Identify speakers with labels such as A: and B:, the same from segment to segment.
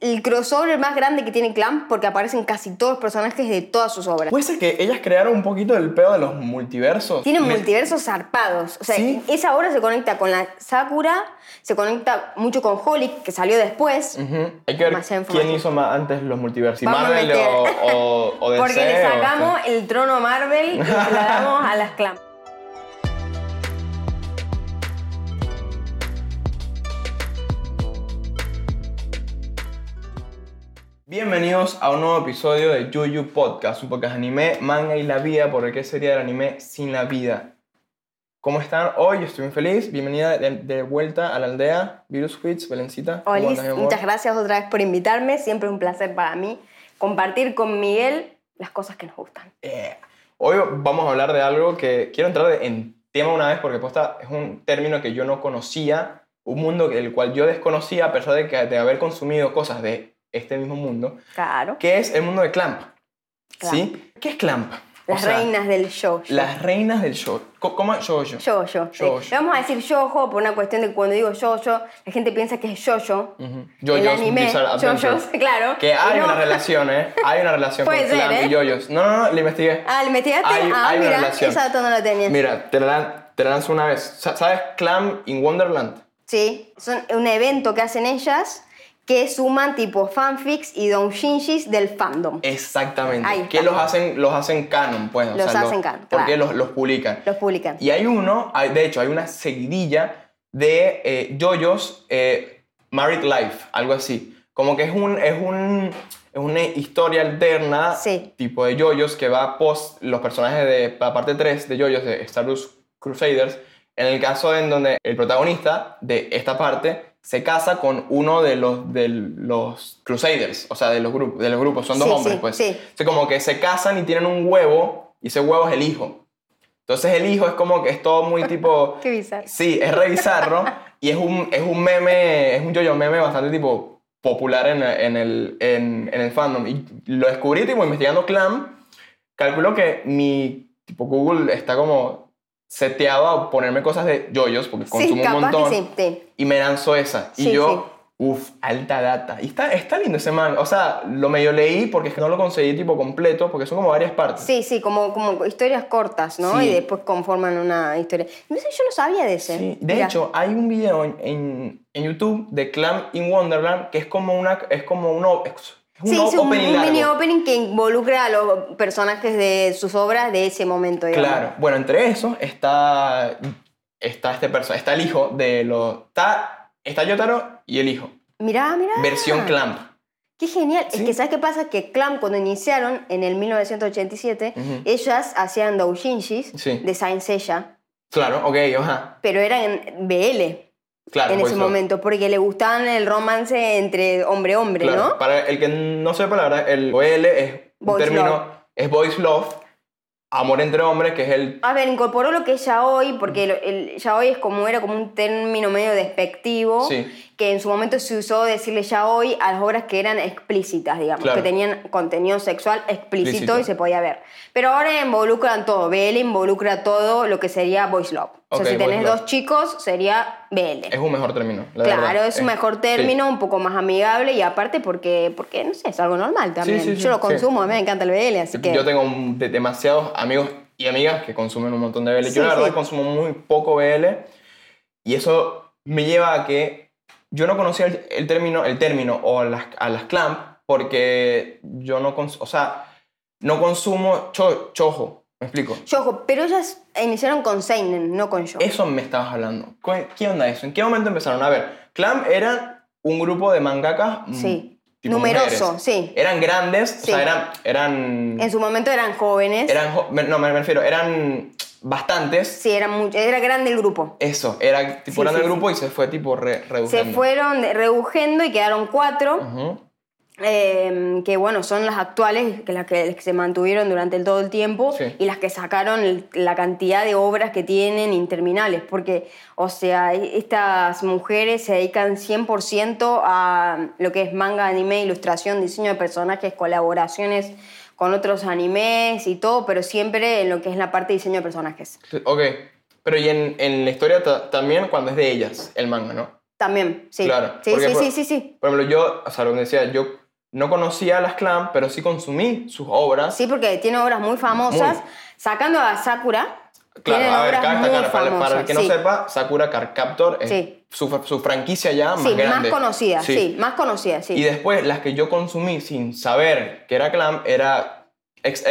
A: el crossover más grande que tiene Clamp porque aparecen casi todos los personajes de todas sus obras.
B: Puede ser que ellas crearon un poquito el pedo de los multiversos.
A: Tienen
B: Me-
A: multiversos zarpados. O sea,
B: Sí.
A: esa obra se conecta con la Sakura, se conecta mucho con Holic, que salió después.
B: Ujú. Hay que ver
A: Más información.
B: quién hizo más antes los multiversos. Si
A: Vamos a
B: Marvel
A: meter.
B: o, o, o este. DC.
A: Porque le
B: o-
A: sacamos el trono a Marvel y se lo damos a las Clamp.
B: Bienvenidos a un nuevo episodio de Yuyu Podcast, un podcast de anime, manga y la vida, porque ¿qué sería el anime sin la vida? ¿Cómo están? Hoy yo estoy muy feliz. Bienvenida de, de vuelta a la aldea. Virus Fits, Belencita. ¿Cómo
A: Olis,
B: andas, mi amor?
A: muchas gracias otra vez por invitarme. Siempre es un placer para mí compartir con Miguel las cosas que nos gustan.
B: Eh, hoy vamos a hablar de algo que quiero entrar de- en tema una vez porque posta es un término que yo no conocía, un mundo que- el cual yo desconocía a pesar de, que, de haber consumido cosas de este mismo mundo,
A: Claro.
B: que es el mundo de Clamp. ¿Sí? ¿Qué es Clamp? O
A: Las
B: sea,
A: reinas del show.
B: Las reinas del show. Co- ¿Cómo? Yo, yo.
A: Yo, yo. sí.
B: Yo-yo.
A: Le Vamos a decir yo, yo, por una cuestión de que cuando digo yo, yo, la gente piensa que es yo, yo.
B: Ujú.
A: el
B: Yo-Yo's
A: anime.
B: Bizarre
A: Yo,
B: Adventure.
A: yo, claro.
B: Que hay
A: Y no.
B: una relación, ¿eh? Hay una relación con
A: Puede ser,
B: Clamp
A: ¿eh?
B: y Yoyos. No, no, no, le investigué.
A: Ah, ¿le metiste?
B: Hay-
A: ah,
B: hay una
A: mira,
B: relación.
A: esa dato no la tenía.
B: Mira, te la, lan- te la lanzo una vez. Sa- ¿Sabes Clamp in Wonderland?
A: Sí, son un evento que hacen ellas que suman tipo fanfics y doujinshis del fandom.
B: Eh, Exactamente.
A: Ahí
B: que
A: está.
B: los hacen, los hacen canon, pues. o
A: Los
B: sea,
A: hacen canon,
B: Porque
A: claro.
B: los, los publican.
A: Los publican.
B: Y hay uno, hay- de hecho, hay una seguidilla de eh, yoyos eh, Married Life, algo así. Como que es un, es un es una historia alterna,
A: Sí.
B: tipo de yoyos, que va post los personajes de la parte 3 de yoyos de Star Wars Crusaders. En el caso en donde el protagonista de esta parte se casa con uno de los, de los Crusaders, o sea, de los, grupos de los grupos, son dos
A: Sí,
B: hombres,
A: sí,
B: pues.
A: sí.
B: O sea, como que se casan y tienen un huevo, y ese huevo es el hijo. Entonces el hijo es como que es todo muy tipo...
A: Qué bizarro.
B: sí, es re bizarro y es un, es un meme, es un yo-yo meme bastante tipo popular en, en el, en, en el fandom. Y lo descubrí tipo investigando Clam, calculo que mi tipo Google está como seteado a ponerme cosas de yoyos porque
A: Sí,
B: consumo un
A: capaz
B: montón
A: que sí, sí.
B: y me lanzó esa.
A: Sí,
B: y yo, uff, alta data. Y está, está lindo ese manga. O sea, lo medio leí porque es que no lo conseguí tipo completo porque son como varias partes.
A: Sí, sí, como, como historias cortas, ¿no?
B: Sí.
A: Y después conforman una historia. No sé, yo no sabía de ese.
B: Sí, de
A: Mira.
B: hecho, hay un video en, en- en YouTube de Clam in Wonderland que es como una es como uno es un
A: Sí, es un,
B: opening
A: un
B: largo.
A: mini opening que involucra a los personajes de sus obras de ese momento. digamos.
B: Claro. Bueno, entre esos está está este perso- está el hijo de los está está Yotaro y el hijo,
A: Mirá, mirá.
B: versión Clamp.
A: Qué genial. Es
B: Sí.
A: que, ¿sabes qué pasa? Que Clamp, cuando iniciaron en el 1987,
B: Ujú.
A: ellas hacían doujinshis
B: Sí.
A: de Saint Seiya,
B: Claro, ok, ajá.
A: pero eran BL
B: Claro,
A: en
B: por
A: ese
B: eso.
A: momento, porque le gustaban el romance entre hombre-hombre,
B: Claro,
A: ¿no?
B: Para el que no sepa, la verdad, el OL es un
A: Boys
B: término,
A: love.
B: es boys love, amor entre hombres, que es el...
A: A ver, incorporó lo que es ya hoy, porque lo- el ya hoy es como era como un término medio despectivo,
B: Sí.
A: que en su momento se usó decirle ya hoy a las obras que eran explícitas, digamos,
B: Claro.
A: que tenían contenido sexual explícito,
B: Explícito.
A: y se podía ver. Pero ahora involucran todo, BL involucra todo lo que sería voice love. o
B: Ok,
A: sea, si
B: boys
A: tenés
B: love.
A: dos chicos, sería BL.
B: Es un mejor término. la
A: Claro,
B: verdad.
A: es un mejor
B: sí.
A: término, un poco más amigable y aparte porque, porque, no sé, es algo normal también.
B: sí, sí,
A: Yo lo
B: sí.
A: consumo, a mí me encanta el BL, así que...
B: Yo tengo un- de- demasiados amigos y amigas que consumen un montón de BL.
A: Sí,
B: yo la verdad
A: sí.
B: consumo muy poco BL y eso me lleva a que yo no conocía el, el término, el término o a las, a las clamp porque yo no cons- o sea, no consumo cho- chojo, ¿me explico?
A: Yo, ojo, pero ellas iniciaron con Seinen, no con yo.
B: Eso me estabas hablando. ¿Qué, qué onda eso? ¿En qué momento empezaron? A ver, Clamp eran un grupo de mangakas. mm,
A: Sí.
B: tipo
A: Numeroso,
B: mujeres.
A: sí.
B: Eran grandes,
A: Sí.
B: o sea, eran. eran,
A: En su momento eran jóvenes.
B: eran jo- me- no, me me refiero, eran bastantes.
A: Sí, eran mucho, era grande el grupo.
B: Eso, era tipo
A: Sí,
B: grande
A: sí,
B: el grupo y se fue tipo re- reduciendo.
A: Se fueron de- reduciendo y quedaron cuatro,
B: Ujú.
A: eh, que bueno, son las actuales, que las que, las que se mantuvieron durante el- todo el tiempo
B: Sí.
A: y las que sacaron el- la cantidad de obras que tienen interminables, porque, o sea, e- estas mujeres se dedican 100% a lo que es manga, anime, ilustración, diseño de personajes, colaboraciones con otros animes y todo, pero siempre en lo que es la parte de diseño de personajes.
B: Ok. Pero y en, en la historia ta- también cuando es de ellas, el manga, ¿no?
A: También, sí.
B: Claro,
A: Sí,
B: porque
A: sí,
B: por-
A: sí, sí, sí.
B: Por ejemplo, yo, o sea, lo que decía, yo no conocía a las Clan, pero sí consumí sus obras.
A: Sí, porque tiene obras muy famosas.
B: Muy.
A: Sacando a Sakura,
B: claro,
A: tienen
B: a ver,
A: obras
B: cabe
A: muy
B: destacar, para,
A: famosas.
B: para el que no
A: sí.
B: sepa, Sakura Card Captor es
A: Sí.
B: su, su franquicia ya más
A: Sí, más,
B: grande.
A: conocida, sí. más conocida, sí.
B: Y después, las que yo consumí sin saber que era Clan era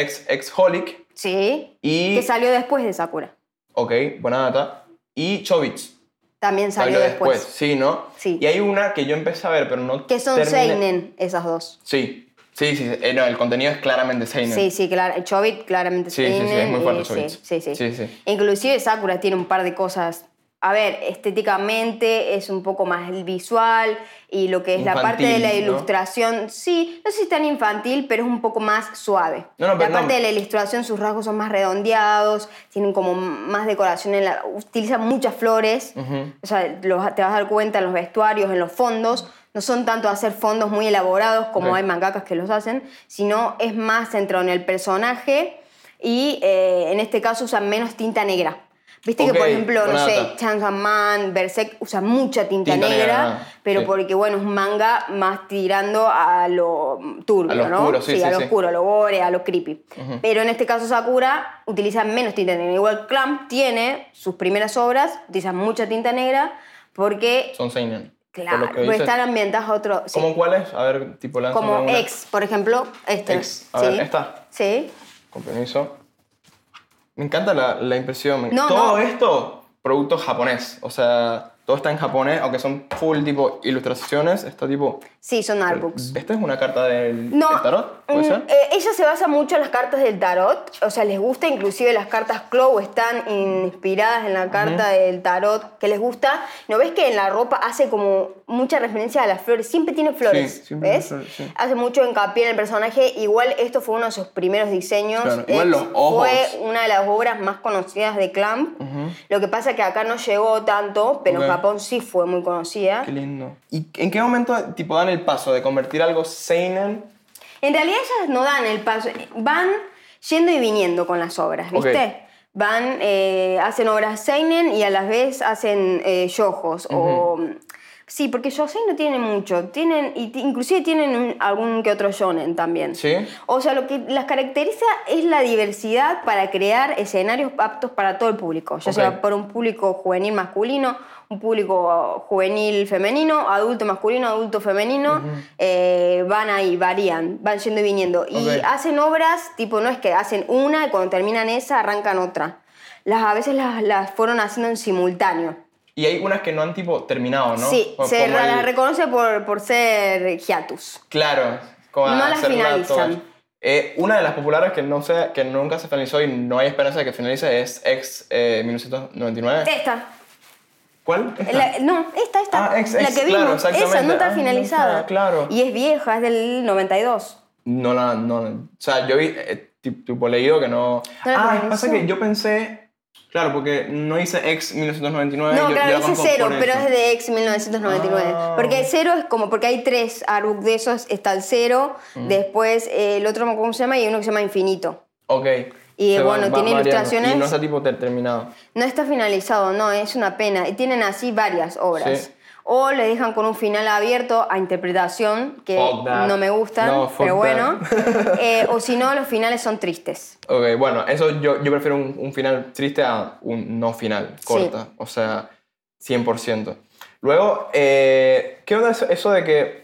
B: XXXholic
A: Sí,
B: y...
A: que salió después de Sakura.
B: Ok, buena data. Y Chobits.
A: También salió, después.
B: Sí, ¿no?
A: Sí.
B: Y hay una que yo empecé a ver, pero no
A: Que son
B: terminé-
A: Seinen, esas dos.
B: Sí, sí, sí. eh, no, el contenido es claramente Seinen.
A: Sí, sí, claro. Chobit claramente
B: Sí, sí, sí,
A: Seinen.
B: es muy fuerte
A: y
B: Chobits.
A: Sí, sí, sí.
B: Sí, sí.
A: Inclusive Sakura tiene un par de cosas. A ver, estéticamente es un poco más el visual y lo que es la parte de la
B: Infantil, ¿no?
A: ilustración, sí, no sé si es tan infantil, pero es un poco más suave.
B: No, no,
A: la
B: pero no.
A: parte de la ilustración, sus rasgos son más redondeados, tienen como más decoración, en la, utilizan muchas flores,
B: Ujú.
A: o sea, los- te vas a dar cuenta en los vestuarios, en los fondos, no son tanto hacer fondos muy elaborados como
B: Ok.
A: hay mangakas que los hacen, sino es más centrado en el personaje y eh, en este caso usan menos tinta negra. Viste
B: Ok,
A: que, por ejemplo, no
B: buena
A: sé,
B: data.
A: Chainsaw Man, Berserk usan mucha tinta,
B: Tinta
A: negra,
B: negra, ah,
A: pero
B: sí.
A: porque, bueno, es un manga más tirando a lo turbio,
B: A lo
A: ¿no?
B: oscuro, sí, sí,
A: a lo
B: sí.
A: oscuro, a lo gore, a lo creepy.
B: Ujú.
A: Pero en este caso Sakura utiliza menos tinta negra. Igual Clamp tiene sus primeras obras, utilizan mucha tinta negra porque,
B: Son Seinen. Por
A: claro,
B: lo que
A: porque
B: dices.
A: están ambientadas a otro... sí.
B: ¿Cómo cuál es? A ver, tipo lanza
A: Como ex, por ejemplo, este.
B: Ex. A
A: sí.
B: ver, esta.
A: Sí.
B: Con permiso. Me encanta la, la impresión. me-
A: No, no.
B: todo esto, producto japonés. O sea, todo está en japonés, aunque son full tipo ilustraciones. Está tipo.
A: Sí, son artbooks.
B: ¿Esta es una carta del,
A: No,
B: del tarot? ¿Puede
A: mm,
B: ser?
A: eh, ella se basa mucho en las cartas del tarot, o sea, les gusta inclusive las cartas Clow están inspiradas en la carta del tarot que les gusta. ¿No ves que en la ropa hace como mucha referencia a las flores? Siempre tiene flores,
B: siempre
A: ¿ves?
B: tiene flores, sí.
A: Hace mucho hincapié en el personaje, igual esto fue uno de sus primeros diseños.
B: Claro, igual
A: eh,
B: los ojos.
A: Fue una de las obras más conocidas de Clamp. Lo que pasa es que acá no llegó tanto, pero
B: Ok.
A: en Japón sí fue muy conocida.
B: Qué lindo. ¿Y en qué momento tipo dan el paso de convertir algo seinen?
A: En realidad ellas no dan el paso, van yendo y viniendo con las obras, ¿viste?
B: Ok.
A: Van, eh, hacen obras seinen y a las vez hacen eh, youjos o... Sí, porque yosein no tienen mucho, tienen, y ti- inclusive tienen un- algún que otro shonen también.
B: Sí.
A: O sea, lo que las caracteriza es la diversidad para crear escenarios aptos para todo el público, ya
B: Ok.
A: sea por un público juvenil masculino, un público juvenil femenino, adulto masculino, adulto femenino, eh, van ahí, varían, van yendo y viniendo. Y
B: Ok.
A: hacen obras, tipo, no es que hacen una y cuando terminan esa arrancan otra. Las, a veces las, las fueron haciendo en simultáneo.
B: Y hay unas que no han tipo terminado, ¿no?
A: Sí,
B: Como-
A: se
B: como
A: las
B: el-
A: reconoce por, por ser hiatus.
B: Claro, como
A: No las
B: hacerla
A: finalizan.
B: todas. Eh, una de las populares que, no sé, que nunca se finalizó y no hay esperanza de que finalice es ex eh, 1999.
A: Esta.
B: ¿Cuál? Esta.
A: Eh, La- no, esta, esta.
B: Ah, ex-
A: la
B: ex,
A: que vimos.
B: claro, exactamente.
A: Esa no
B: Ah,
A: está
B: no
A: finalizada.
B: está, claro.
A: Y es vieja, es del 92.
B: No la, no, la- o sea, yo vi, eh, ti- tipo leído que no...
A: No la
B: ah,
A: finalizó.
B: pasa que yo pensé, claro, porque no hice ex 1999.
A: No,
B: yo- yo
A: claro,
B: la
A: dice
B: conozco
A: cero,
B: por
A: pero
B: eso.
A: es de ex 1999.
B: Ah.
A: Porque cero es como, porque hay tres artbooks de esos, está el cero,
B: Mm.
A: después eh, el otro, no me acuerdo ¿cómo se llama? Y uno que se llama Infinito.
B: Ok.
A: Y, bueno, tiene
B: variando.
A: ilustraciones.
B: Y no está tipo ter- terminado.
A: No está finalizado, no, es una pena. Y tienen así varias obras.
B: Sí.
A: O le dejan con un final abierto a interpretación, que
B: Fuck that.
A: no me gustan,
B: No, fuck
A: pero bueno. Eh, o si no, los finales son tristes.
B: Ok, bueno, eso yo, yo prefiero un, un final triste a un no final, corta. O sea, 100%. Luego, eh, ¿qué onda eso, eso de que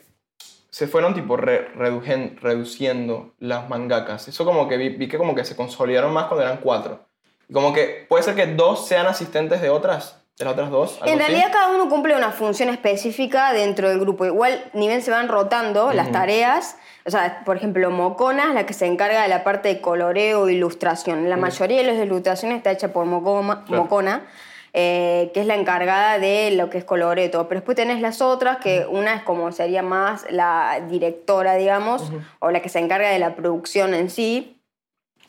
B: se fueron tipo re- redujen- reduciendo las mangakas? Eso como que vi, vi que como que se consolidaron más cuando eran cuatro. Y Como que puede ser que dos sean asistentes de otras, de las otras dos. algo
A: En
B: así.
A: realidad cada uno cumple una función específica dentro del grupo. Igual ni bien se van rotando
B: Mm.
A: las tareas. O sea, por ejemplo, Mocona es la que se encarga de la parte de coloreo e ilustración. La mayoría de las ilustraciones está hecha por Mocoma-
B: Mm. Claro.
A: Mocona, eh, que es la encargada de lo que es coloreo y todo. Pero después tenés las otras, que una es como sería más la directora, digamos, o la que se encarga de la producción en sí,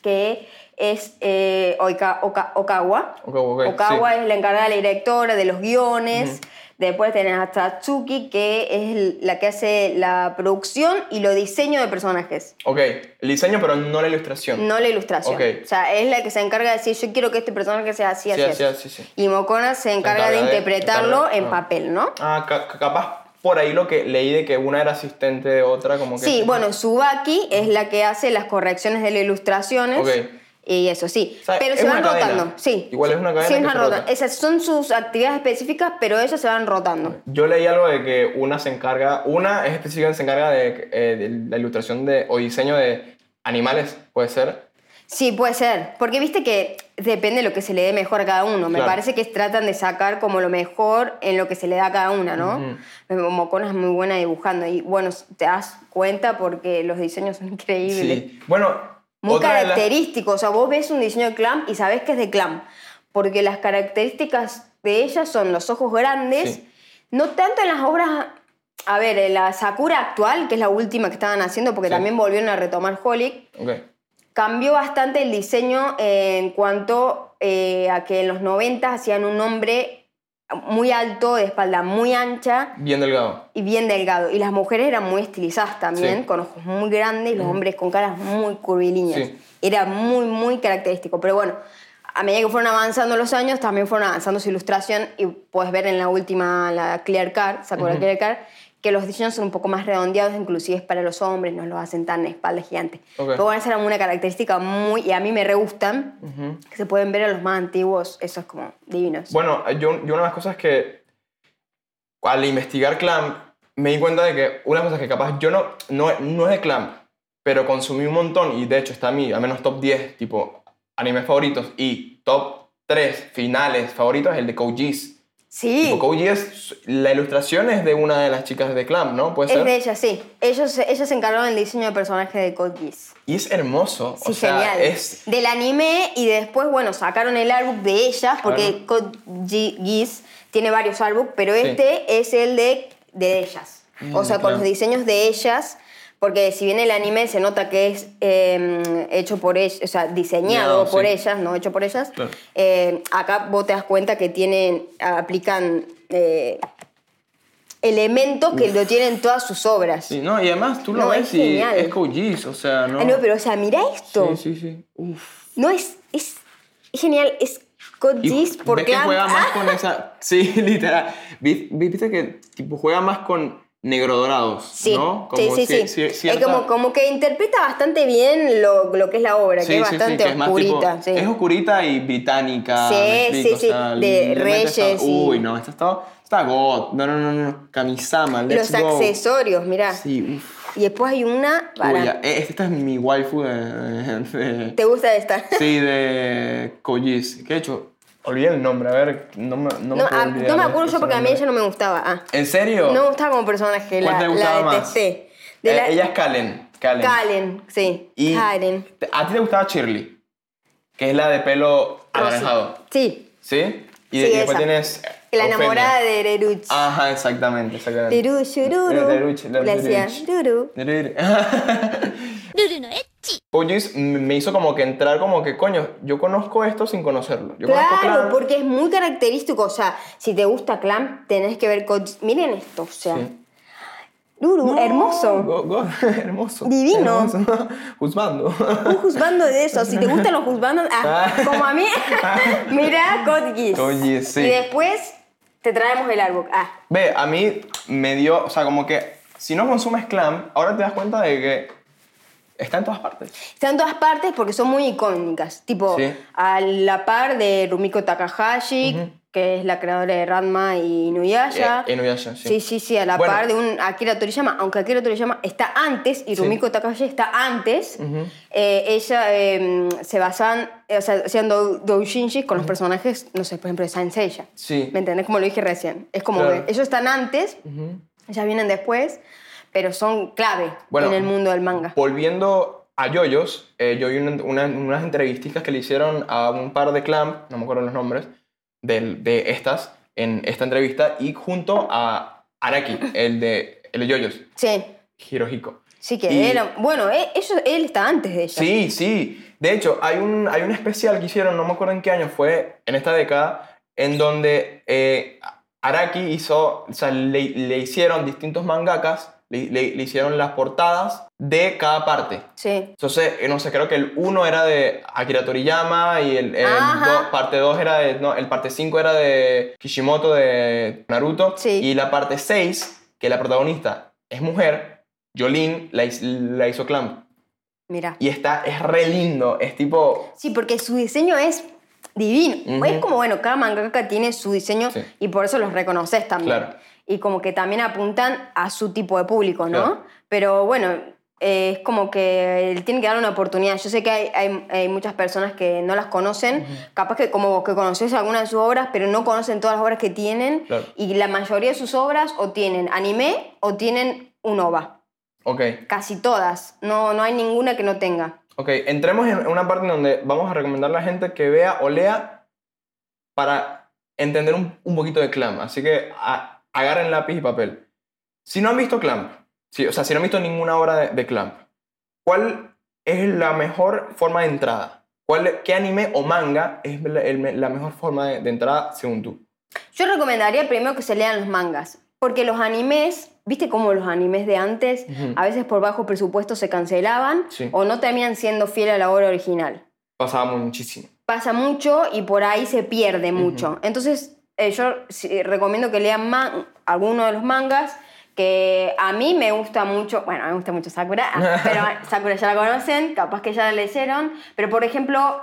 A: que es eh, Oika- Oka- Okawa.
B: Ok, ok, Pues sí.
A: Okawa es la encargada de la directora, de los guiones, Después tenés a Tatsuki, que es el- la que hace la producción y los diseños de personajes,
B: Ok, el diseño, pero no la ilustración.
A: no la ilustración.
B: Ok.
A: O sea, es la que se encarga de decir, yo quiero que este personaje sea así, así,
B: sí, así,
A: así.
B: así, sí.
A: Y Mocona se encarga,
B: encarga
A: de
B: de
A: interpretarlo en
B: interpretarlo, ah.
A: papel, ¿no?
B: Ah, ca- ca- capaz por ahí lo que leí de que una era asistente de otra, como que.
A: Sí, bueno, Subaki es la que hace las correcciones de las ilustraciones.
B: Ok.
A: Y eso sí.
B: O sea,
A: pero
B: es
A: se van
B: una cadena.
A: rotando. Sí.
B: Igual es una cadena
A: Sí,
B: que
A: van
B: se
A: rotando.
B: rota.
A: Esas son sus actividades específicas, pero ellas se van rotando.
B: Yo leí algo de que una se encarga, una es específica, se encarga de, eh, de la ilustración de, o diseño de animales, puede ser.
A: Sí, puede ser. Porque viste que depende de lo que se le dé mejor a cada uno. Me
B: Claro.
A: parece que tratan de sacar como lo mejor en lo que se le da a cada una, ¿no? Mocona es muy buena dibujando. Y bueno, te das cuenta porque los diseños son increíbles.
B: Sí. Bueno,
A: Muy
B: otra de las-
A: característico. O sea, vos ves un diseño de Clam y sabés que es de Clam. Porque las características de ella son los ojos grandes.
B: Sí.
A: No tanto en las obras. A ver, en la Sakura actual, que es la última que estaban haciendo, porque
B: Sí.
A: también volvieron a retomar Holic,
B: Ok.
A: cambió bastante el diseño en cuanto eh, a que en los 90 hacían un hombre muy alto, de espalda muy ancha
B: Bien delgado.
A: y bien delgado. Y las mujeres eran muy estilizadas también,
B: Sí.
A: con ojos muy grandes y los hombres con caras muy curvilíneas.
B: Sí.
A: Era muy, muy característico. Pero bueno, a medida que fueron avanzando los años, también fueron avanzando su ilustración y puedes ver en la última, la Clear Car, Sakura Clear Car, que los diseños son un poco más redondeados, inclusive es para los hombres, no los hacen tan espaldas gigantes.
B: Ok.
A: Pero bueno, esa era una característica muy, y a mí me re gustan,
B: Ujú.
A: que se pueden ver a los más antiguos, eso es como divinos.
B: Bueno, yo, yo una de las cosas que al investigar Clamp me di cuenta de que una cosa que capaz yo no, no, no es de Clamp, pero consumí un montón y de hecho está a mí, al menos top 10, tipo animes favoritos y top 3 finales favoritos es el de Kouji's.
A: sí.
B: Tipo, Koji es, la ilustración es de una de las chicas de Clamp, ¿no? Puede
A: Es
B: ser.
A: de ella, sí. Ellos, ellos se encargaron del diseño de personaje de Code Geass.
B: Y es hermoso.
A: Sí,
B: o sea,
A: genial.
B: es.
A: Del anime y después, bueno, sacaron el artbook de ellas porque Code Ge- Geass tiene varios artbooks, pero este es el de, de ellas. o
B: Mm,
A: sea, con
B: claro.
A: los diseños de ellas, porque si bien el anime se nota que es eh, hecho por ellas, o sea, diseñado
B: Diseñado,
A: por
B: sí.
A: ellas, no hecho por ellas,
B: Claro.
A: eh, acá vos te das cuenta que tienen, aplican... eh, elementos que lo tienen todas sus obras.
B: sí, no, y además tú lo
A: No, es
B: ves y
A: genial.
B: es Kouji's, o sea, ¿no?
A: Ah, no, pero o sea, mira esto.
B: Sí, sí, sí. Uf.
A: No es, es, es genial, es God
B: Y
A: Gis por
B: ves que
A: Clan.
B: juega más
A: Ah,
B: con esa. Sí, literal. Vi- vi- Viste que tipo, juega más con negro dorados.
A: sí.
B: ¿no?
A: sí, sí, sí.
B: ci- ci-
A: es
B: cierta-
A: como, como que interpreta bastante bien lo, lo que es la obra,
B: Sí,
A: que es
B: sí, sí,
A: bastante
B: que es más tipo-
A: oscurita. sí.
B: Es oscurita y británica.
A: Sí,
B: ¿me explico?
A: sí, sí, de
B: le mete
A: reyes
B: esta-
A: y-
B: Uy, no, esta está. Está God. No, no, no, no. Kamisama.
A: Los
B: Let's go.
A: accesorios, mirá.
B: Sí, uff.
A: Y después hay una para.
B: e, Esta es mi waifu de. de-
A: ¿Te gusta esta?
B: sí, de Kojis. ¿Qué he hecho? Olvidé el nombre, a ver, no me, no me
A: No,
B: puedo
A: a-
B: olvidar
A: no me
B: de
A: acuerdo
B: ese
A: yo porque a mí
B: nombre.
A: ella no me gustaba. Ah,
B: ¿En serio?
A: no me gustaba como personaje,
B: ¿Cuál
A: la,
B: te gustaba
A: la
B: más?
A: detesté. De
B: Eh,
A: la-
B: Ella es Kalen. Kalen.
A: Kalen, sí.
B: Y
A: Kalen.
B: te- ¿A ti te gustaba Shirley? Que es la de pelo anaranjado.
A: Sí.
B: ¿Sí? Y,
A: Sí,
B: y después
A: esa.
B: tienes.
A: La
B: Ophelia.
A: enamorada de Reruchi.
B: Ajá, exactamente, exactamente.
A: Tirú, shururu.
B: Reruchi, la
A: Le hacía
B: Reruchi.
A: ruru.
B: Diriri. Ojis m- me hizo como que entrar como que, coño, yo conozco esto sin conocerlo. Yo conozco
A: Claro,
B: Clan.
A: porque es muy característico. O sea, si te gusta Clamp, tenés que ver con. Miren esto, o sea.
B: Sí.
A: Ruru, hermoso.
B: Go- go- hermoso.
A: Divino.
B: hermoso. Juzgando.
A: Un juzgando de eso. Si te gustan los juzgandos, ah,
B: Ah.
A: como a mí, mirá God Geass.
B: God Geass, sí.
A: Y después te traemos el artbook. Ah,
B: Ve, a mí me dio, o sea, como que si no consumes clam, ahora te das cuenta de que está en todas partes.
A: Están en todas partes porque son muy icónicas. Tipo,
B: Sí.
A: a la par de Rumiko Takahashi, que es la creadora de Ranma y Inuyasha.
B: Eh, Inuyasha, sí.
A: Sí, sí, sí, a la
B: Bueno.
A: par de un Akira Toriyama. Aunque Akira Toriyama está antes y
B: Sí.
A: Rumiko Takahashi está antes, eh, ella eh, se basaban, eh, o sea, hacían dou- doujinshis con los personajes, no sé, por ejemplo, de Saint Seiya.
B: Sí.
A: ¿Me entendés? Como lo dije recién. Es como
B: Claro.
A: que ellos están antes, ya vienen después, pero son clave
B: Bueno,
A: en el mundo del manga.
B: Volviendo a Yoyos, eh, yo vi una- una- unas entrevistas que le hicieron a un par de clam, no me acuerdo los nombres, del- de, estas, en esta entrevista, y junto a Araki, el de, el de Yoyos,
A: Sí.
B: Hirohiko.
A: Sí que
B: Y-
A: era... Bueno, e- ellos, él está antes de ella.
B: Sí, sí. De hecho, hay un, hay un especial que hicieron, no me acuerdo en qué año fue, en esta década, en donde eh, Araki hizo, o sea, le, le hicieron distintos mangakas, le, le- le hicieron las portadas de cada parte.
A: Sí.
B: Entonces, eh, no sé, creo que el 1 era de Akira Toriyama y el, el
A: Ajá.
B: do- parte 2 era de. No, el parte 5 era de Kishimoto de Naruto.
A: Sí.
B: Y la parte 6, que la protagonista es mujer, Jolene, la, his- la hizo Clamp.
A: Mira.
B: Y está, es re lindo, es tipo.
A: Sí, porque su diseño es divino.
B: Ujú.
A: Es como, bueno, cada mangaka tiene su diseño
B: Sí.
A: y por eso los reconoces también.
B: Claro.
A: Y como que también apuntan a su tipo de público, ¿no?
B: Claro.
A: Pero bueno, eh, es como que él tiene que dar una oportunidad. Yo sé que hay, hay- hay muchas personas que no las conocen, capaz que como vos, que conoces alguna de sus obras, pero no conocen todas las obras que tienen.
B: Claro.
A: Y la mayoría de sus obras o tienen anime o tienen un OVA.
B: Ok,
A: Casi todas. No, no hay ninguna que no tenga.
B: ok. Entremos en una parte en donde vamos a recomendar a la gente que vea o lea para entender un, un poquito de Clamp. Así que a- agarren lápiz y papel. Si no han visto Clamp, si- o sea, si no han visto ninguna obra de, de Clamp, ¿cuál es la mejor forma de entrada? ¿Cuál, ¿Qué anime o manga es la, el- la mejor forma de, de entrada según tú?
A: Yo recomendaría primero que se lean los mangas, porque los animes, viste cómo los animes de antes,
B: Ujú.
A: a veces por bajo presupuesto se cancelaban
B: Sí.
A: o no terminan siendo fieles a la obra original.
B: Pasaba muchísimo.
A: Pasa mucho y por ahí se pierde mucho. Entonces, eh, yo sí, recomiendo que lean man- alguno de los mangas que a mí me gusta mucho, bueno, a mí me gusta mucho Sakura, ah, pero Sakura ya la conocen, capaz que ya la leyeron, pero por ejemplo,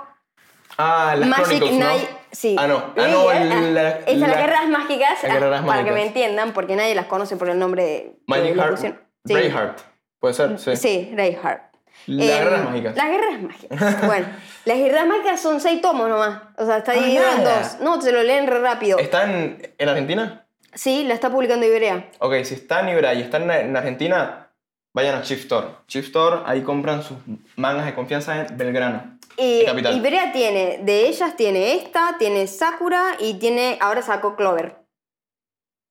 B: Ah, las
A: Magic
B: Chronicles, ¿no?
A: Knight. Sí.
B: Ah, no. Ah, no.
A: Leí, ¿eh?
B: el- la-
A: Esas las
B: la-
A: guerras mágicas,
B: las guerras
A: ah, para que
B: mágicas.
A: me entiendan, porque nadie las conoce por el nombre de. que
B: Magic
A: le
B: Heart.
A: pusieron. Sí.
B: Braveheart. Puede ser, sí.
A: Sí, Braveheart.
B: Las
A: Em,
B: guerras mágicas.
A: Las guerras mágicas. Bueno, las guerras mágicas son seis tomos nomás. O sea, está
B: Ah,
A: dividido en
B: nada.
A: dos. No, se lo leen re rápido.
B: ¿Está en, en Argentina?
A: Sí, la está publicando Ibrea.
B: Ok, si está en Ibra y está en, en Argentina, vayan a Chip Store. Chip Store, ahí compran sus mangas de confianza en Belgrano.
A: Y
B: De Capital.
A: Ibrea tiene, de ellas tiene esta, tiene Sakura y tiene, ahora sacó Clover.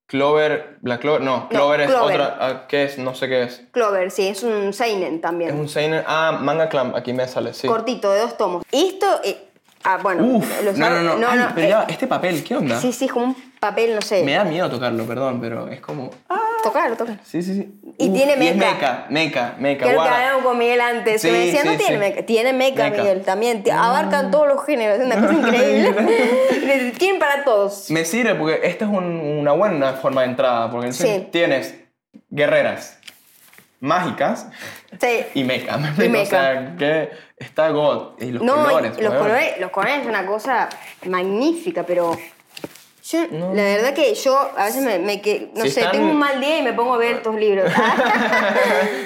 B: Clover, Black Clover, no, Clover es
A: Clover.
B: otra, ah, ¿qué es? No sé qué es.
A: Clover, sí, es un Seinen también.
B: Es un seinen, ah, Manga Clamp, aquí me sale, sí.
A: cortito, de dos tomos. Esto, eh, ah, bueno, lo
B: no, no,
A: sabe-
B: no, Ay, pero
A: eh,
B: ya, este papel, ¿qué onda?
A: sí, sí, es como un papel, no sé.
B: Me da miedo tocarlo, perdón, pero es como, ah,
A: Tocar, tocar.
B: sí, sí, sí.
A: Y tiene
B: es
A: meca.
B: meca, meca, meca,
A: Creo que
B: guarda.
A: hablamos con Miguel antes. que
B: Sí,
A: me decía, no
B: sí,
A: tiene
B: sí.
A: meca. Tiene meca,
B: Meca.
A: Miguel, también. Te- Abarcan todos los géneros, es una cosa increíble. tienen para todos.
B: Me sirve porque esta es un- una buena forma de entrada, porque entonces
A: Sí.
B: tienes guerreras mágicas
A: Sí.
B: y mecha. ¿me
A: Y
B: explico?
A: mecha.
B: O sea, que está God y los
A: no, y
B: colores.
A: los
B: weón.
A: colores, los colores es una cosa magnífica, pero yo,
B: No.
A: la verdad que yo a veces me, me que, no
B: Si
A: sé,
B: están-
A: tengo un mal día y me pongo a ver estos libros. Ah,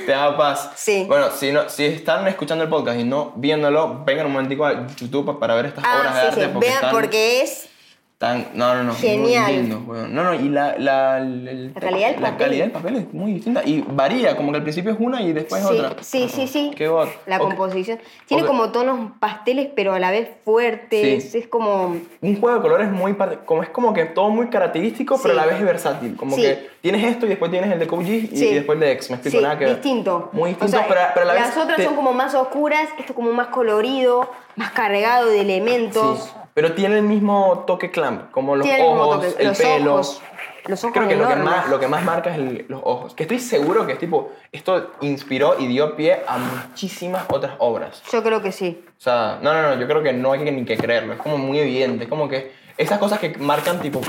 B: Te da paz.
A: Sí.
B: Bueno, si, no, si están escuchando el podcast y no viéndolo, vengan un momentico a YouTube pa- para ver estas obras
A: ah,
B: de
A: sí,
B: arte.
A: sí,
B: Porque
A: vean
B: están,
A: porque es
B: están- no, no, no.
A: Genial.
B: Muy lindo, weón. No, no, y la, la, el-
A: La calidad del
B: la
A: papel.
B: calidad del papel es muy distinta. Y varía, como que al principio es una y después
A: sí,
B: es otra.
A: Sí, sí, sí.
B: Qué God.
A: La
B: Ok.
A: composición. Tiene
B: Ok.
A: como tonos pasteles, pero a la vez fuertes.
B: Sí.
A: Es como.
B: un juego de colores muy par- como es como que todo muy característico pero
A: Sí.
B: a la vez es versátil como
A: Sí.
B: que tienes esto y después tienes el de Koji y,
A: Sí.
B: y después el de X me explico
A: sí,
B: nada que ver.
A: distinto.
B: muy
A: O
B: distinto
A: sea,
B: pero, pero a la
A: las
B: vez
A: otras
B: te-
A: son como más oscuras, esto como más colorido, más cargado de elementos.
B: sí, pero tiene el mismo toque clamp como los
A: Tiene el mismo
B: ojos
A: toque,
B: el
A: los
B: pelo
A: ojos. Los ojos
B: creo que lo que
A: enormes.
B: más lo que más marca es el- los ojos que estoy seguro que es tipo esto inspiró y dio pie a muchísimas otras obras
A: Yo creo que sí.
B: o sea no no no yo creo que no hay que ni que creerlo es como muy evidente es como que esas cosas que marcan tipo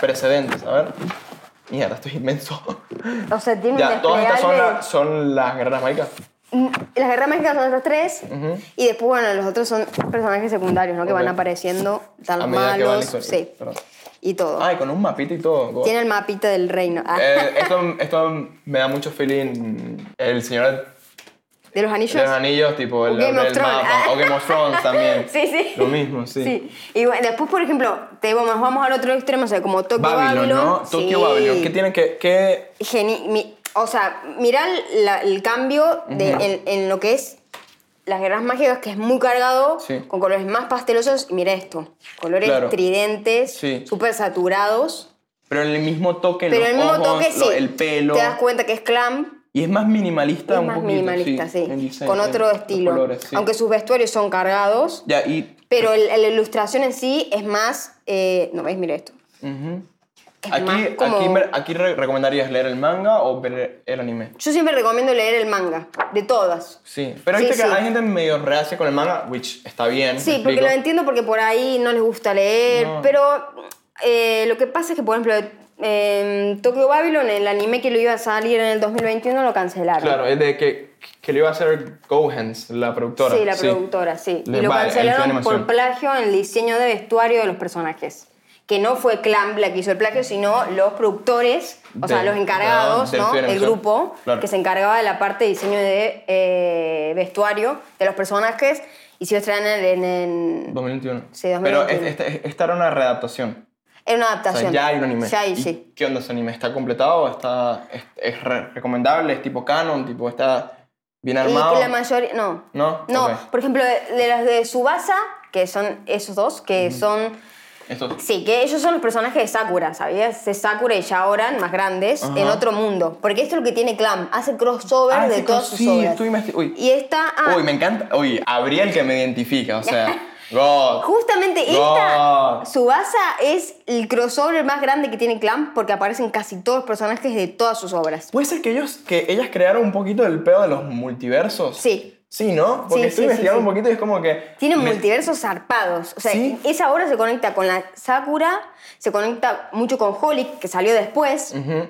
B: precedentes a ver mierda estoy inmenso
A: O sea, tiene un
B: Ya, todas estas son,
A: desplegable-
B: la- son las guerras mágicas.
A: Mm, Las guerras mágicas son estos tres.
B: Ujú.
A: Y después, bueno, los otros son personajes secundarios, ¿no? Que van
B: Ok.
A: apareciendo,
B: A
A: tan
B: medida que va la
A: malos.
B: historia.
A: Sí.
B: Perdón.
A: Y todo.
B: Ay, con un mapita y todo. go-
A: Tiene el mapita del reino. Ah,
B: Eh, esto, esto me da mucho feeling. El señor
A: de los anillos.
B: de los anillos, tipo el,
A: O Game
B: el-
A: of
B: el
A: Thrones.
B: mapa.
A: Ah.
B: O Game of Thrones también.
A: Sí, sí.
B: Lo mismo, sí.
A: Y bueno, después, por ejemplo, te vamos, nos vamos al otro extremo, o sea, como Tokio
B: Babylon,
A: Babylon.
B: ¿no? Tokio Babylon. ¿Qué tienen que.? que...
A: Geni- mi- o sea, mirá la- el cambio de, en, en lo que es las guerras mágicas, que es muy cargado,
B: Sí.
A: con colores más pastelosos. Y mira esto: colores
B: Claro.
A: tridentes,
B: Sí.
A: súper saturados.
B: Pero el mismo toque,
A: Pero
B: los
A: el mismo
B: ojos,
A: toque, sí.
B: lo- el pelo.
A: Te das cuenta que es clam.
B: Y es más minimalista
A: Es
B: un
A: más
B: poquito.
A: minimalista, sí.
B: el diseño,
A: Con
B: el-
A: otro
B: los
A: estilo.
B: colores, sí.
A: Aunque sus vestuarios son cargados,
B: Ya, y.
A: pero el- la ilustración en sí es más. eh, no ves, mira esto.
B: ujú.
A: que es más
B: Aquí,
A: como...
B: aquí, me- aquí re- recomendarías leer el manga o ver el anime.
A: Yo siempre recomiendo leer el manga, de todas.
B: Sí, pero
A: Sí,
B: viste que
A: sí.
B: hay gente medio reacia con el manga, which está bien.
A: Sí,
B: me
A: porque lo
B: explico.
A: entiendo porque por ahí no les gusta leer,
B: No.
A: pero eh, lo que pasa es que, por ejemplo, eh, Tokyo Babylon, el anime que lo iba a salir en el 2021, lo cancelaron.
B: Claro, es de que, que lo iba a hacer Gohans, la productora.
A: Sí, la productora, sí.
B: Le-
A: y lo
B: vale, edición de
A: cancelaron por
B: animación.
A: plagio en el diseño de vestuario de los personajes. Que no fue Clamp la que hizo el plagio, sino los productores, o sea,
B: Del-
A: los encargados,
B: ah, del
A: ¿no?
B: estudio de
A: El
B: animación.
A: grupo
B: Claro.
A: que se encargaba de la parte de diseño de eh, vestuario de los personajes y se estrenan en, en,
B: 2021.
A: Sí, 2021.
B: Pero es- esta, esta era una readaptación.
A: en una
B: O
A: adaptación.
B: sea, ya hay un anime.
A: Ya hay,
B: ¿Y
A: sí.
B: ¿Qué onda ese anime? ¿Está completado? ¿Está, es, es re- recomendable? ¿Es tipo canon? ¿Tipo está bien
A: Y
B: armado?
A: que la mayoría. No.
B: ¿No?
A: No.
B: Ok.
A: Por ejemplo, de, de las de Subasa, que son esos dos, que son.
B: Esto-
A: Sí, que ellos son los personajes de Sakura, ¿sabías? De Sakura y Shaoran, más grandes,
B: Ajá.
A: en otro mundo. Porque esto es lo que tiene Clam. Hace crossover
B: Ah,
A: de
B: sí,
A: todas
B: creo-
A: sus
B: sí,
A: obras.
B: estoy investig- uy.
A: Y esta. ah,
B: Uy, me encanta. Uy, Abriel que me identifica. O sea, God.
A: Justamente
B: No.
A: esta, Subasa, es el crossover más grande que tiene Clam porque aparecen casi todos los personajes de todas sus obras.
B: Puede ser que ellos, que ellas crearon un poquito el pedo de los multiversos.
A: Sí.
B: Sí, ¿no? Porque
A: Sí, sí,
B: estoy investigando
A: sí,
B: un poquito y es como que.
A: Tienen
B: me-
A: multiversos zarpados. O sea,
B: Sí.
A: esa obra se conecta con la Sakura, se conecta mucho con Holic, que salió después.
B: Ujú.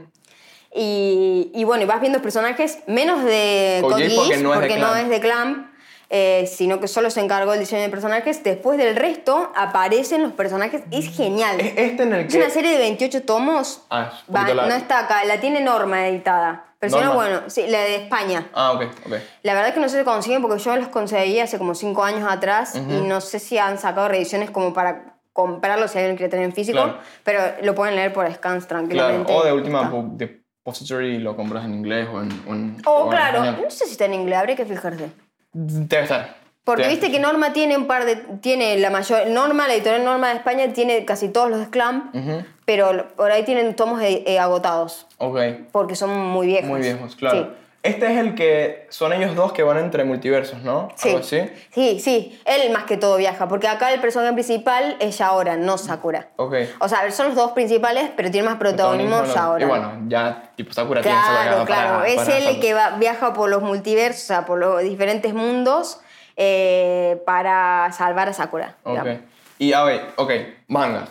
A: Y, y bueno, y vas viendo personajes menos de
B: Koji,
A: Koji,
B: porque no es de Clamp.
A: Clamp, eh, sino que solo se encargó el diseño de personajes. Después del resto aparecen los personajes. Es genial.
B: Es este en el
A: Es
B: que.
A: una serie de 28 tomos.
B: Ah, es un poquito
A: Va-
B: largo.
A: no está acá, la tiene Norma editada. Pero si no,
B: Norma.
A: bueno, sí, la de España.
B: Ah, ok, ok.
A: La verdad es que no se consiguen porque yo los conseguí hace como 5 años atrás y no sé si han sacado reediciones como para comprarlos si alguien quiere tener en físico,
B: Claro.
A: pero lo pueden leer por scans
B: Claro.
A: tranquilamente.
B: O de
A: y
B: última
A: está.
B: pu- de Depository lo compras en inglés o en. O, en-
A: O
B: o en
A: Oh, claro,
B: español.
A: no sé si está en inglés, habría que fijarse.
B: Debe estar.
A: Porque
B: Debe-
A: viste que Norma tiene un par de. Tiene la mayor. Norma, la editorial Norma de España, tiene casi todos los de Clamp,
B: Ujú.
A: pero lo- por ahí tienen tomos eh, eh, agotados.
B: Ok.
A: Porque son muy viejos.
B: Muy viejos, claro.
A: Sí.
B: Este es el que son ellos dos que van entre multiversos, ¿no?
A: Sí.
B: Algo así.
A: sí, sí. Él más que todo viaja, porque acá el personaje principal es Yaora, no Sakura.
B: Ok.
A: O sea, son los dos principales, pero tiene más protagonismo
B: Protagonismo, ¿no?
A: Yaora.
B: Y bueno, ya tipo Sakura tiene esa
A: Claro,
B: largada
A: claro.
B: para-
A: es
B: para
A: él el
B: hacerlo.
A: que va- viaja por los multiversos, o sea, por los diferentes mundos, eh, para salvar a Sakura.
B: Ok.
A: digamos.
B: Y a ver, ok, mangas.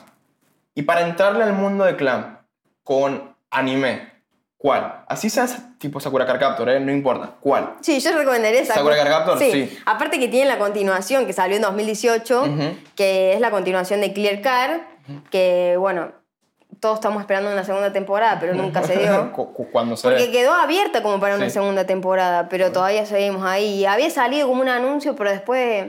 B: Y para entrarle al mundo de clan con anime, ¿cuál? Así seas tipo Sakura Card Captor, ¿eh? No importa. ¿Cuál?
A: Sí, yo recomendaría esa.
B: ¿Sakura Card Captor?
A: Sí.
B: Sí.
A: Aparte que tiene la continuación que salió en 2018,
B: Ujú.
A: que es la continuación de Clear Car, que bueno, todos estamos esperando una segunda temporada, pero nunca se dio.
B: Cu- cu- Cuando se
A: Porque
B: ve.
A: quedó abierta como para una
B: Sí.
A: segunda temporada, pero todavía seguimos ahí. Y había salido como un anuncio, pero después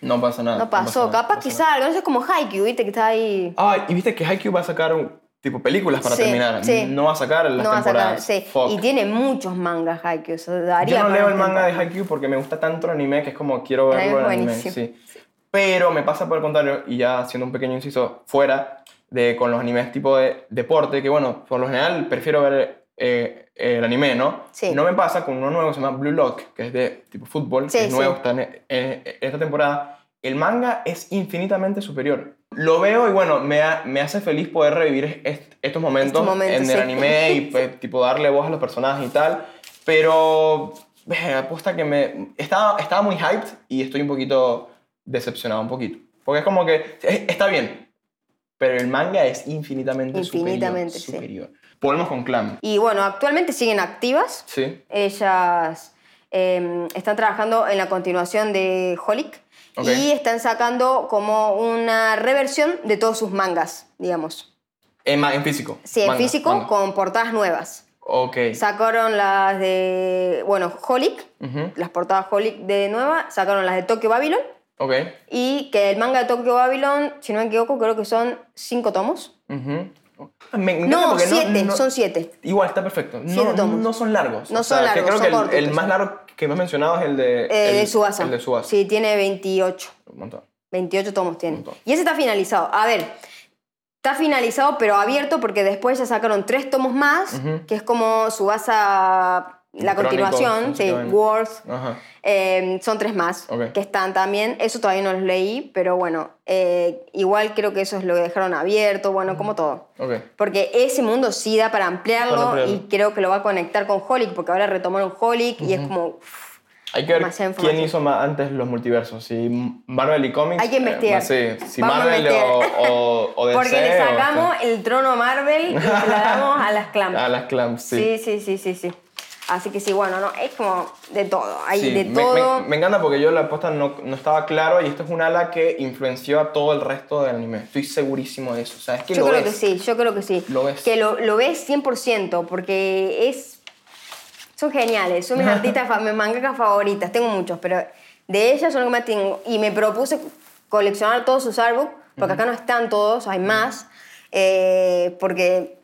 B: No pasa nada.
A: no pasó.
B: nada,
A: Capaz
B: no
A: que
B: pasa nada.
A: salga, no sé, es como Haikyuu, viste, que está ahí...
B: Ah, y viste que Haikyuu va a sacar un- tipo películas para
A: Sí,
B: terminar.
A: sí.
B: No va a sacar las
A: no va a sacar,
B: temporadas.
A: sí.
B: Fuck.
A: Y tiene muchos mangas Haikyuu, o sea, daría
B: Yo no
A: para
B: leo
A: una
B: el manga de
A: temporada.
B: Haikyuu porque me gusta tanto el anime que es como quiero
A: El anime
B: verlo en
A: es
B: anime.
A: buenísimo.
B: Sí. Pero me pasa por el contrario, y ya haciendo un pequeño inciso fuera de con los animes tipo de deporte, que bueno, por lo general prefiero ver eh, el anime, ¿no?
A: Sí.
B: No me pasa con uno nuevo que se llama Blue Lock, que es de tipo fútbol,
A: Sí,
B: que es nuevo,
A: sí.
B: está en, en- en esta temporada. El manga es infinitamente superior. Lo veo y bueno, me, ha- me hace feliz poder revivir est- estos momentos
A: Estos momentos,
B: en el
A: este sí.
B: anime y pues, tipo darle voz a los personajes y tal. Pero eh, aposta que me estaba, estaba muy hyped y estoy un poquito decepcionado un poquito. Porque es como que eh, está bien, pero el manga es infinitamente, superior,
A: Infinitamente, sí.
B: superior. Volvemos con Clam.
A: Y bueno, actualmente siguen activas.
B: Sí.
A: Ellas eh, están trabajando en la continuación de Holic
B: Ok.
A: y están sacando como una reversión de todos sus mangas, digamos.
B: En, ma- en físico.
A: Sí, en
B: Manga,
A: físico
B: manga.
A: con portadas nuevas.
B: Ok.
A: Sacaron las de, bueno, Holic,
B: Ujú.
A: las portadas Holic de nueva, sacaron las de Tokyo Babylon
B: Ok.
A: y que el manga de Tokyo Babylon, si no me equivoco, creo que son cinco tomos.
B: Ujú. Me encanta
A: No,
B: porque
A: siete,
B: no-
A: son siete.
B: Igual, está perfecto. No,
A: Siete tomos.
B: no son largos.
A: No
B: O sea,
A: son
B: que
A: largos,
B: Creo
A: son
B: que el- el,
A: cortos,
B: más
A: sí.
B: largo que me has mencionado es el de...
A: Eh,
B: el,
A: de Subasa.
B: El de Subasa.
A: Sí, tiene 28.
B: Un montón.
A: 28 tomos tiene.
B: Un montón.
A: Y ese está finalizado. A ver, está finalizado pero abierto porque después ya sacaron tres tomos más,
B: Ujú.
A: que es como Subasa la
B: Crónico,
A: continuación,
B: sí,
A: sí,
B: también.
A: Worth,
B: Ajá.
A: eh, son tres más
B: Ok.
A: que están también. Eso todavía no los leí, pero bueno, eh, igual creo que eso es lo que dejaron abierto, bueno, como todo.
B: Ok.
A: Porque ese mundo sí da para ampliarlo,
B: Para ampliarlo.
A: y creo que lo va a conectar con Holic, porque ahora retomaron Holic y es como. uff,
B: Hay que ver
A: Demasiada
B: quién
A: información.
B: hizo más antes los multiversos, si Marvel y Comics.
A: Hay que investigar.
B: eh, sí, si
A: Vamos a
B: Marvel o,
A: investigar.
B: o, o DC.
A: porque le
B: o- este.
A: sacamos el trono a Marvel y se la damos a las clamas.
B: A Ah, las clamps, sí.
A: Sí, sí, sí, sí, sí. Así que sí, bueno, no, es como de todo, hay
B: Sí,
A: de
B: me,
A: todo.
B: me- me encanta porque yo la aposta no, no estaba claro y esto es un ala que influenció a todo el resto del anime. Estoy segurísimo de eso. O sea, es que
A: yo
B: lo
A: creo
B: es.
A: que sí, yo creo que sí.
B: Lo ves.
A: Que lo, lo ves 100% porque es... Son geniales, son mis artistas, fa- mis mangakas favoritas, tengo muchos, pero de ellas son los que más tengo. Y me propuse coleccionar todos sus artbooks, porque acá no están todos, hay más, eh, porque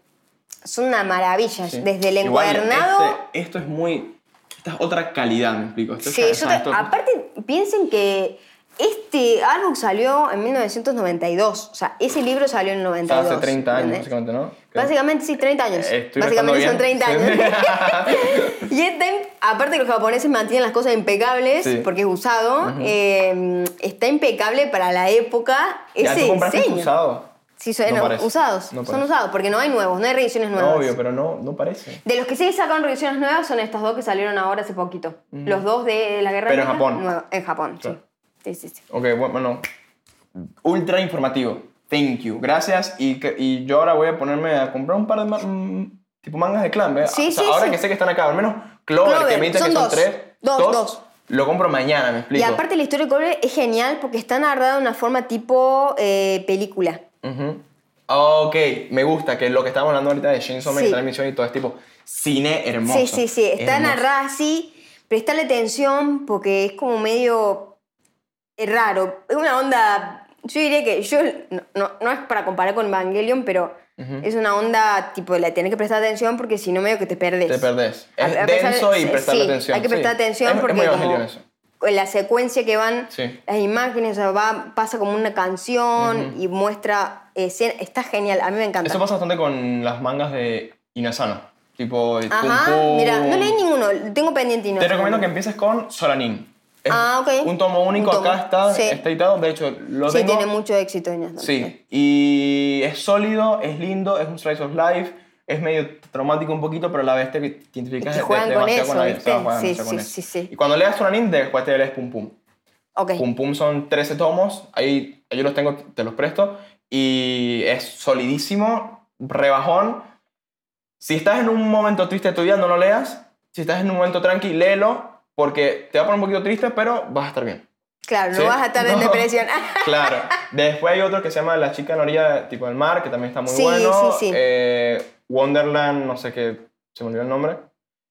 A: son una maravilla,
B: Sí.
A: desde el
B: Igual,
A: encuadernado...
B: este- esto es muy. Esta es otra calidad, me explico. Esto es-
A: Sí,
B: o
A: yo
B: sea,
A: te-
B: esto-
A: aparte piensen que este álbum salió en 1992, o sea, ese libro salió en el
B: o sea,
A: 92.
B: hace 30 años,
A: ¿entendés?
B: básicamente, ¿no? Creo.
A: Básicamente sí, 30 años.
B: Eh, estoy
A: Básicamente son
B: gastando
A: 30 años.
B: bien.
A: y está, im- aparte que los japoneses mantienen las cosas impecables,
B: Sí.
A: porque es usado, eh, está impecable para la época
B: Ya,
A: ese
B: tú compraste
A: diseño.
B: usado.
A: Sí, son,
B: No
A: no,
B: parece.
A: usados.
B: No
A: son
B: parece.
A: usados, porque no hay nuevos, no hay reediciones nuevas.
B: Obvio, pero no, no parece.
A: De los que sí sacaron revisiones nuevas son estas dos que salieron ahora hace poquito. Los dos de la guerra
B: Pero en
A: Fría,
B: Japón.
A: nueva- en Japón, sí.
B: Claro.
A: sí. Sí, sí.
B: Ok, bu- bueno. Ultra informativo. Thank you. Gracias. Y, que- y yo ahora voy a ponerme a comprar un par de ma- mm, tipo mangas de clan, ¿ves?
A: Sí,
B: O sea,
A: sí,
B: ahora
A: sí.
B: que sé que están acá, al menos Clover,
A: Clover,
B: que me dicen
A: son
B: que son
A: dos.
B: tres.
A: Dos, dos.
B: Lo compro mañana, me
A: Y
B: explico.
A: aparte la historia de Cobra es genial porque está narrada de una forma tipo eh, película.
B: Ujú. Ok, me gusta que lo que estamos hablando ahorita de Shinzo Man,
A: Sí.
B: que está en la emisión y todo es tipo cine hermoso.
A: Sí, sí, sí. Está
B: Hermoso.
A: narrada así. Prestale atención porque es como medio eh, raro. Es una onda. Yo diría que. yo No, no, no es para comparar con Evangelion, pero es una onda tipo. La tienes que prestar atención porque si no, medio que te perdés.
B: Te perdés.
A: A-
B: Es
A: a pesar de-
B: denso y
A: sí,
B: prestarle
A: sí,
B: atención.
A: Hay que
B: sí.
A: prestar
B: Es-
A: atención
B: es
A: porque.
B: muy
A: como
B: Evangelion eso.
A: La secuencia que van
B: Sí.
A: las imágenes, o sea, va, pasa como una canción y muestra escena. Está genial, a mí me encanta.
B: Eso pasa bastante con las mangas de Inasano. Tipo, el
A: Ajá,
B: Pum Pum.
A: mira, no leí ninguno, tengo pendiente. y no
B: Te
A: sé.
B: recomiendo que empieces con Solanin. Es
A: Ah, ok.
B: Un tomo único,
A: Un tomo,
B: acá está,
A: sí.
B: está editado. De hecho, lo
A: Sí,
B: tengo.
A: tiene mucho éxito en
B: Sí, y es sólido, es lindo, es un slice of life, es medio traumático un poquito, pero a la vez te te identificas
A: Es que juegan
B: de-
A: con
B: demasiado
A: eso,
B: la vida.
A: ¿viste?
B: O sea, juegan
A: Sí,
B: demasiado con
A: sí,
B: eso.
A: sí, sí.
B: Y cuando leas Solanin, después te lees Pum Pum.
A: Ok.
B: Pum Pum son 13 tomos, ahí yo los tengo, te los presto, y es solidísimo, rebajón. Si estás en un momento triste de tu vida, no lo leas. Si estás en un momento tranqui, léelo, porque te va a poner un poquito triste, pero vas a estar bien.
A: Claro,
B: Sí.
A: no vas a estar en
B: No.
A: depresión. Ah,
B: Claro. Después hay otro que se llama La chica en la orilla tipo del mar, que también está muy
A: Sí,
B: bueno.
A: sí, sí.
B: Eh, Wonderland, no sé qué, se me olvidó el nombre.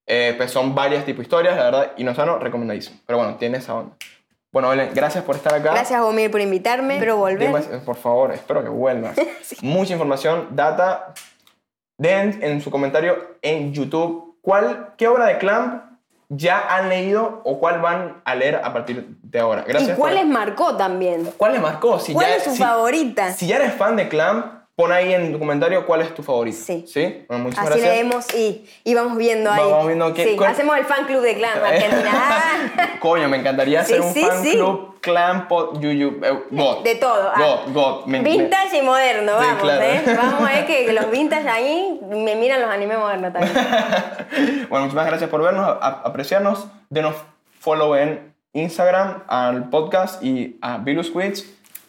B: Eh, pues son varias tipo historias, la verdad, y no sano, recomendadísimo. Pero bueno, tiene esa onda. Bueno, Belén, gracias por estar acá.
A: Gracias, Omir, por invitarme. Pero volver.
B: Demasi- Por favor, espero que vuelvas. Mucha información, data. Den en su comentario en YouTube cuál, qué obra de Clamp ya han leído o cuál van a leer a partir de ahora.
A: ¿Y
B: Gracias. por-
A: cuál les marcó también?
B: ¿Cuál les marcó? Si
A: ¿Cuál
B: ya-
A: es su
B: si-
A: favorita?
B: si ya eres fan de Clamp, pon ahí en tu comentario cuál es tu favorito.
A: Sí.
B: Bueno, muchas
A: Así
B: gracias.
A: leemos y, y vamos viendo ahí.
B: Vamos viendo qué-
A: Sí,
B: cuál-
A: hacemos el fan club de Clan Argentina. Ah,
B: Coño, me encantaría hacer
A: Sí,
B: un
A: sí,
B: fan
A: sí.
B: club Clamp, pod- Yuyu, eh, God.
A: De todo, ah.
B: God, God. Me- me-
A: vintage y moderno,
B: Sí,
A: vamos,
B: claro.
A: ¿eh? Vamos a ver que los vintage ahí me miran los animes modernos también.
B: Bueno, muchas gracias por vernos, a- a- apreciarnos. Denos follow en Instagram, al podcast y a Virus Quids.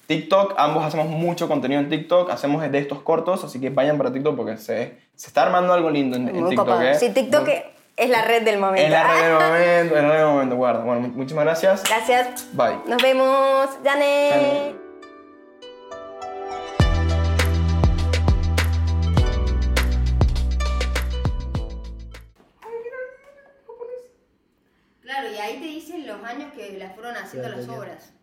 B: TikTok, ambos hacemos mucho contenido en TikTok, hacemos de estos cortos, así que vayan para TikTok porque se, se está armando algo lindo en, en
A: Muy
B: TikTok.
A: copado.
B: ¿eh?
A: Sí, TikTok
B: Muy-
A: es la red del momento.
B: En la red
A: Ah,
B: del momento, en la red del momento, guarda. Bueno, mu- muchísimas gracias.
A: Gracias.
B: Bye.
A: Nos vemos. Janet.
B: Janet.
A: Claro, y ahí te dicen los años que las fueron haciendo las obras.